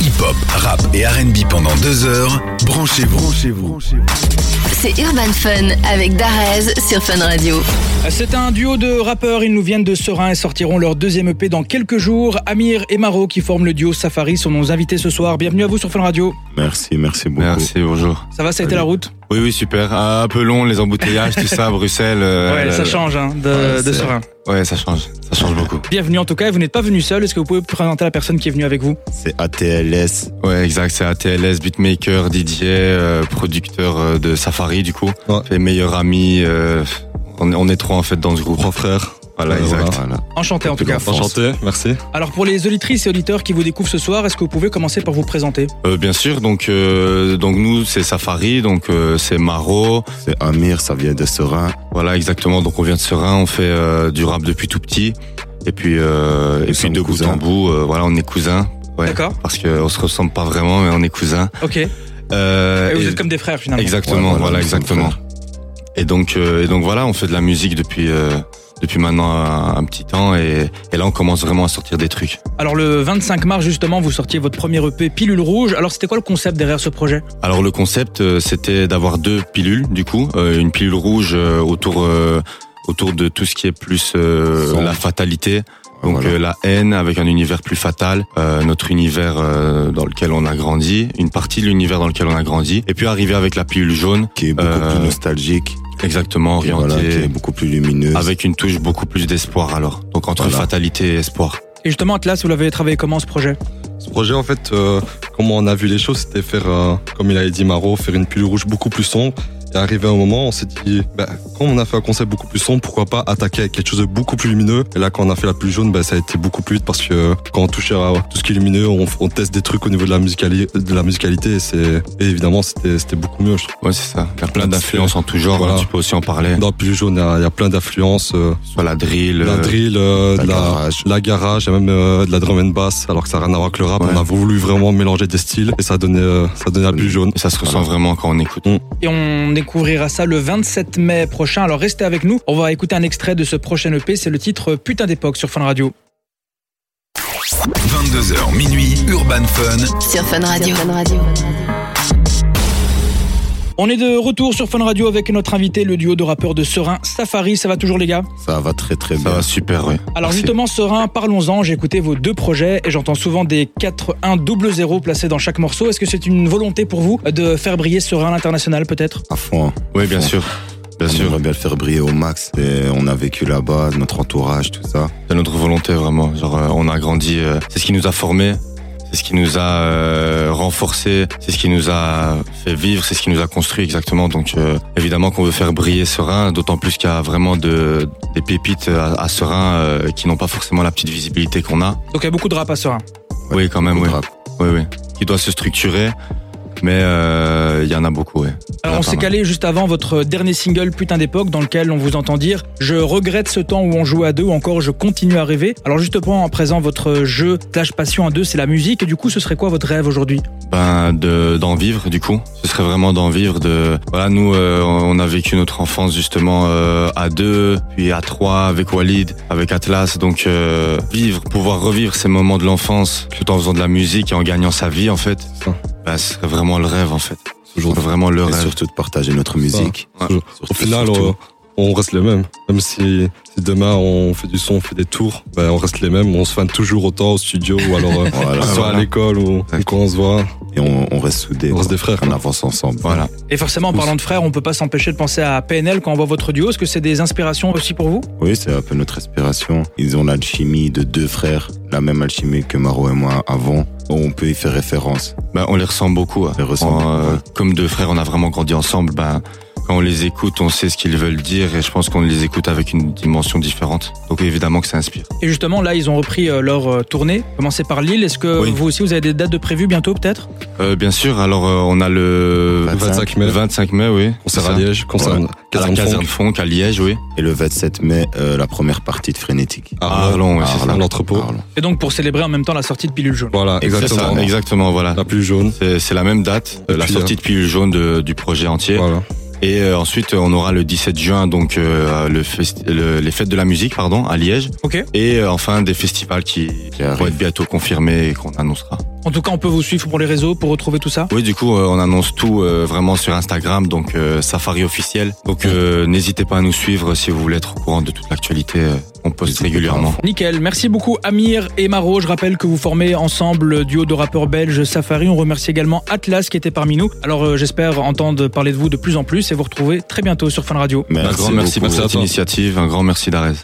Hip-hop, rap et RB pendant deux heures. Branchez-vous. Branchez-vous. C'est Urban Fun avec Darez sur Fun Radio. C'est un duo de rappeurs, ils nous viennent de Serein et sortiront leur deuxième EP dans quelques jours. Amir et Maro qui forment le duo Safari sont nos invités ce soir. Bienvenue à vous sur Fun Radio. Merci, merci beaucoup. Merci, bonjour. Ça va, ça a été la route Oui, oui, super. Ah, un peu long, les embouteillages, tout ça, Bruxelles. euh, Ouais, ça euh, change hein, de, de ouais, c'est- Serein. Ouais, ça change. Ça change beaucoup. Bienvenue en tout cas, et vous n'êtes pas venu seul, est-ce que vous pouvez présenter la personne qui est venue avec vous C'est ATLS. Ouais, exact. C'est ATLS, beatmaker, DJ, euh, producteur euh, de Safari, du coup. Ouais. Et meilleur ami. euh, on, est- on est trois, en fait, dans ce groupe. Trois frères. Voilà, Ouais, exact. Voilà. Enchanté en tout cas. grand France. Enchanté, merci. Alors pour les auditrices et auditeurs qui vous découvrent ce soir, est-ce que vous pouvez commencer par vous présenter Euh, bien sûr, donc, euh, donc nous, c'est Safari, donc euh, c'est Maro. C'est Amir, ça vient de Serein. Voilà, exactement. Donc on vient de Serein, on fait euh, du rap depuis tout petit. Et puis, euh, et puis sommes de bout cousins. en bout, euh, voilà, on est cousins. Ouais. D'accord. Parce qu'on se ressemble pas vraiment, mais on est cousins. Ok. Et Euh, vous et- êtes comme des frères finalement. Exactement, Ouais, voilà, voilà, nous sommes exactement. frères. Et donc, euh, et donc voilà, on fait de la musique depuis euh, depuis maintenant un, un petit temps, et, et là on commence vraiment à sortir des trucs. Alors le 25 mars justement, vous sortiez votre premier EP Pilule Rouge. Alors c'était quoi le concept derrière ce projet Alors le concept, euh, c'était d'avoir deux pilules, du coup, Euh, une pilule rouge euh, autour euh, autour de tout ce qui est plus euh, Sombre. la fatalité. Donc Voilà. euh, la haine avec un univers plus fatal, euh, notre univers euh, dans lequel on a grandi, une partie de l'univers dans lequel on a grandi, et puis arriver avec la pilule jaune, qui est beaucoup euh, plus nostalgique. exactement qui, orientée, voilà, qui est beaucoup plus lumineuse. avec une touche beaucoup plus d'espoir alors. Donc entre Voilà. fatalité et espoir. Et justement Atlas, vous l'avez travaillé comment ce projet Ce projet, en fait, euh, comment on a vu les choses, c'était faire, euh, comme il a dit Maro, faire une pilule rouge beaucoup plus sombre. Et arrivé à un moment, on s'est dit, bah, quand on a fait un concept beaucoup plus sombre, pourquoi pas attaquer avec quelque chose de beaucoup plus lumineux Et là, quand on a fait la pilule jaune, bah, ça a été beaucoup plus vite parce que euh, quand on touche à tout ce qui est lumineux, on, on teste des trucs au niveau de la, musicali- de la musicalité. Et, c'est- et évidemment, c'était c'était beaucoup mieux, je trouve. Ouais, c'est ça. Il y a plein d'influences en tout genre, hein. Voilà. tu peux aussi en parler. Dans la pilule jaune, il y a, il y a plein d'affluences. euh, Soit la drill, la euh, drill, euh, la de la, garage. la garage et même euh, de la drum and bass alors que ça n'a rien à voir avec le rap Ouais. on a voulu vraiment mélanger des styles et ça a donné euh, ça a donné la plus jaune et ça se ressent vraiment quand on écoute. Et on découvrira ça le 27 mai prochain. Alors restez avec nous. On va écouter un extrait de ce prochain EP. C'est le titre Putain d'époque sur Fun Radio. 22h minuit, Urban Fun Sur Fun Radio. On est de retour sur Fun Radio avec notre invité, le duo de rappeurs de Serein, Safari. Ça va toujours les gars Ça va très très Ça bien. va super, ouais. Alors Merci. justement Serein, parlons-en. J'ai écouté vos deux projets et j'entends souvent des 4-1-0 placés dans chaque morceau. Est-ce que c'est une volonté pour vous de faire briller Serein à l'international peut-être À fond. hein. Oui, bien sûr. Bien on sûr. aimerait bien le faire briller au max. Et on a vécu là-bas, notre entourage, tout ça. C'est notre volonté vraiment. Genre, euh, on a grandi. euh, c'est ce qui nous a formés. C'est ce qui nous a euh, renforcés, c'est ce qui nous a fait vivre, c'est ce qui nous a construit exactement. Donc euh, évidemment qu'on veut faire briller Serein, d'autant plus qu'il y a vraiment de, des pépites à, à Serein euh, qui n'ont pas forcément la petite visibilité qu'on a. Donc il y a beaucoup de rap à Serein. oui, quand même, Beaucoup oui. de rap. oui, oui. Qui doit se structurer, mais euh, il y en a beaucoup, oui. Alors on Ah, pas s'est mal. calé juste avant votre dernier single Putain d'époque dans lequel on vous entend dire Je regrette ce temps où on jouait à deux ou encore je continue à rêver. Alors justement en présent votre jeu Clash Passion à deux c'est la musique et du coup ce serait quoi votre rêve aujourd'hui Ben de d'en vivre du coup. Ce serait vraiment d'en vivre. De voilà, nous euh, on a vécu notre enfance justement euh, à deux, puis à trois avec Walid, avec Atlas. Donc euh, vivre, pouvoir revivre ces moments de l'enfance tout en faisant de la musique et en gagnant sa vie en fait. C'est ça. Ben, ce serait vraiment le rêve en fait. Toujours. Ce serait vraiment le Et rêve. surtout de partager notre musique. Ouais. Surtout- au final surtout. on, on reste les mêmes même si, si demain on fait du son on fait des tours ben, on reste les mêmes on se fan toujours autant au studio ou alors euh, Voilà. que ce soit à l'école ou, ou quand on se voit Et on, on reste soudés. on reste des frères On quoi. avance ensemble. Voilà. Et forcément en parlant de frères on peut pas s'empêcher de penser à PNL quand on voit votre duo. Est-ce que c'est des inspirations aussi pour vous Oui, c'est un peu notre inspiration. Ils ont l'alchimie de deux frères, la même alchimie que Maro et moi avons. On peut y faire référence. Ben, on les ressent beaucoup. hein. On les ressent On, beaucoup, euh, ouais. Comme deux frères, on a vraiment grandi ensemble. Ben, quand on les écoute, on sait ce qu'ils veulent dire et je pense qu'on les écoute avec une dimension différente. Donc évidemment que ça inspire. Et justement là ils ont repris euh, leur euh, tournée. Commencez par Lille. Est-ce que Oui. vous aussi vous avez des dates de prévues bientôt peut-être Euh, bien sûr, alors euh, on a le 25 le mai 25 mai, oui. concert C'est à ça. Liège concert Ouais. à À la caserne Fonck à Liège, oui. Et le 27 mai, euh, la première partie de Frénétique. Ah, Arlon Arlon, ouais, Ah, c'est ça. Arlon. l'entrepôt Arlon. Et donc pour célébrer en même temps la sortie de Pilule Jaune. voilà C'est ça, exactement exactement, voilà. la plus jaune C'est c'est la même date, Et euh, la puis, sortie de pilule jaune de- du projet entier. voilà Et euh, ensuite, on aura le 17 juin, donc euh, le festi- le- les fêtes de la musique, pardon, à Liège. Ok. Et euh, enfin, des festivals qui, qui vont arrivent. être bientôt confirmés et qu'on annoncera. En tout cas, on peut vous suivre pour les réseaux, pour retrouver tout ça. Oui, du coup, euh, on annonce tout euh, vraiment sur Instagram, donc euh, Safari officiel. Donc euh, n'hésitez pas à nous suivre si vous voulez être au courant de toute l'actualité. euh, on poste N'hésitez pas. régulièrement. Nickel, merci beaucoup Amir et Maro. Je rappelle que vous formez ensemble le duo de rappeurs belges Safari. On remercie également Atlas qui était parmi nous. Alors euh, j'espère entendre parler de vous de plus en plus et vous retrouver très bientôt sur Fun Radio. Un Bah, grand merci pour beaucoup. Merci à cette toi. initiative, un grand merci d'Arez.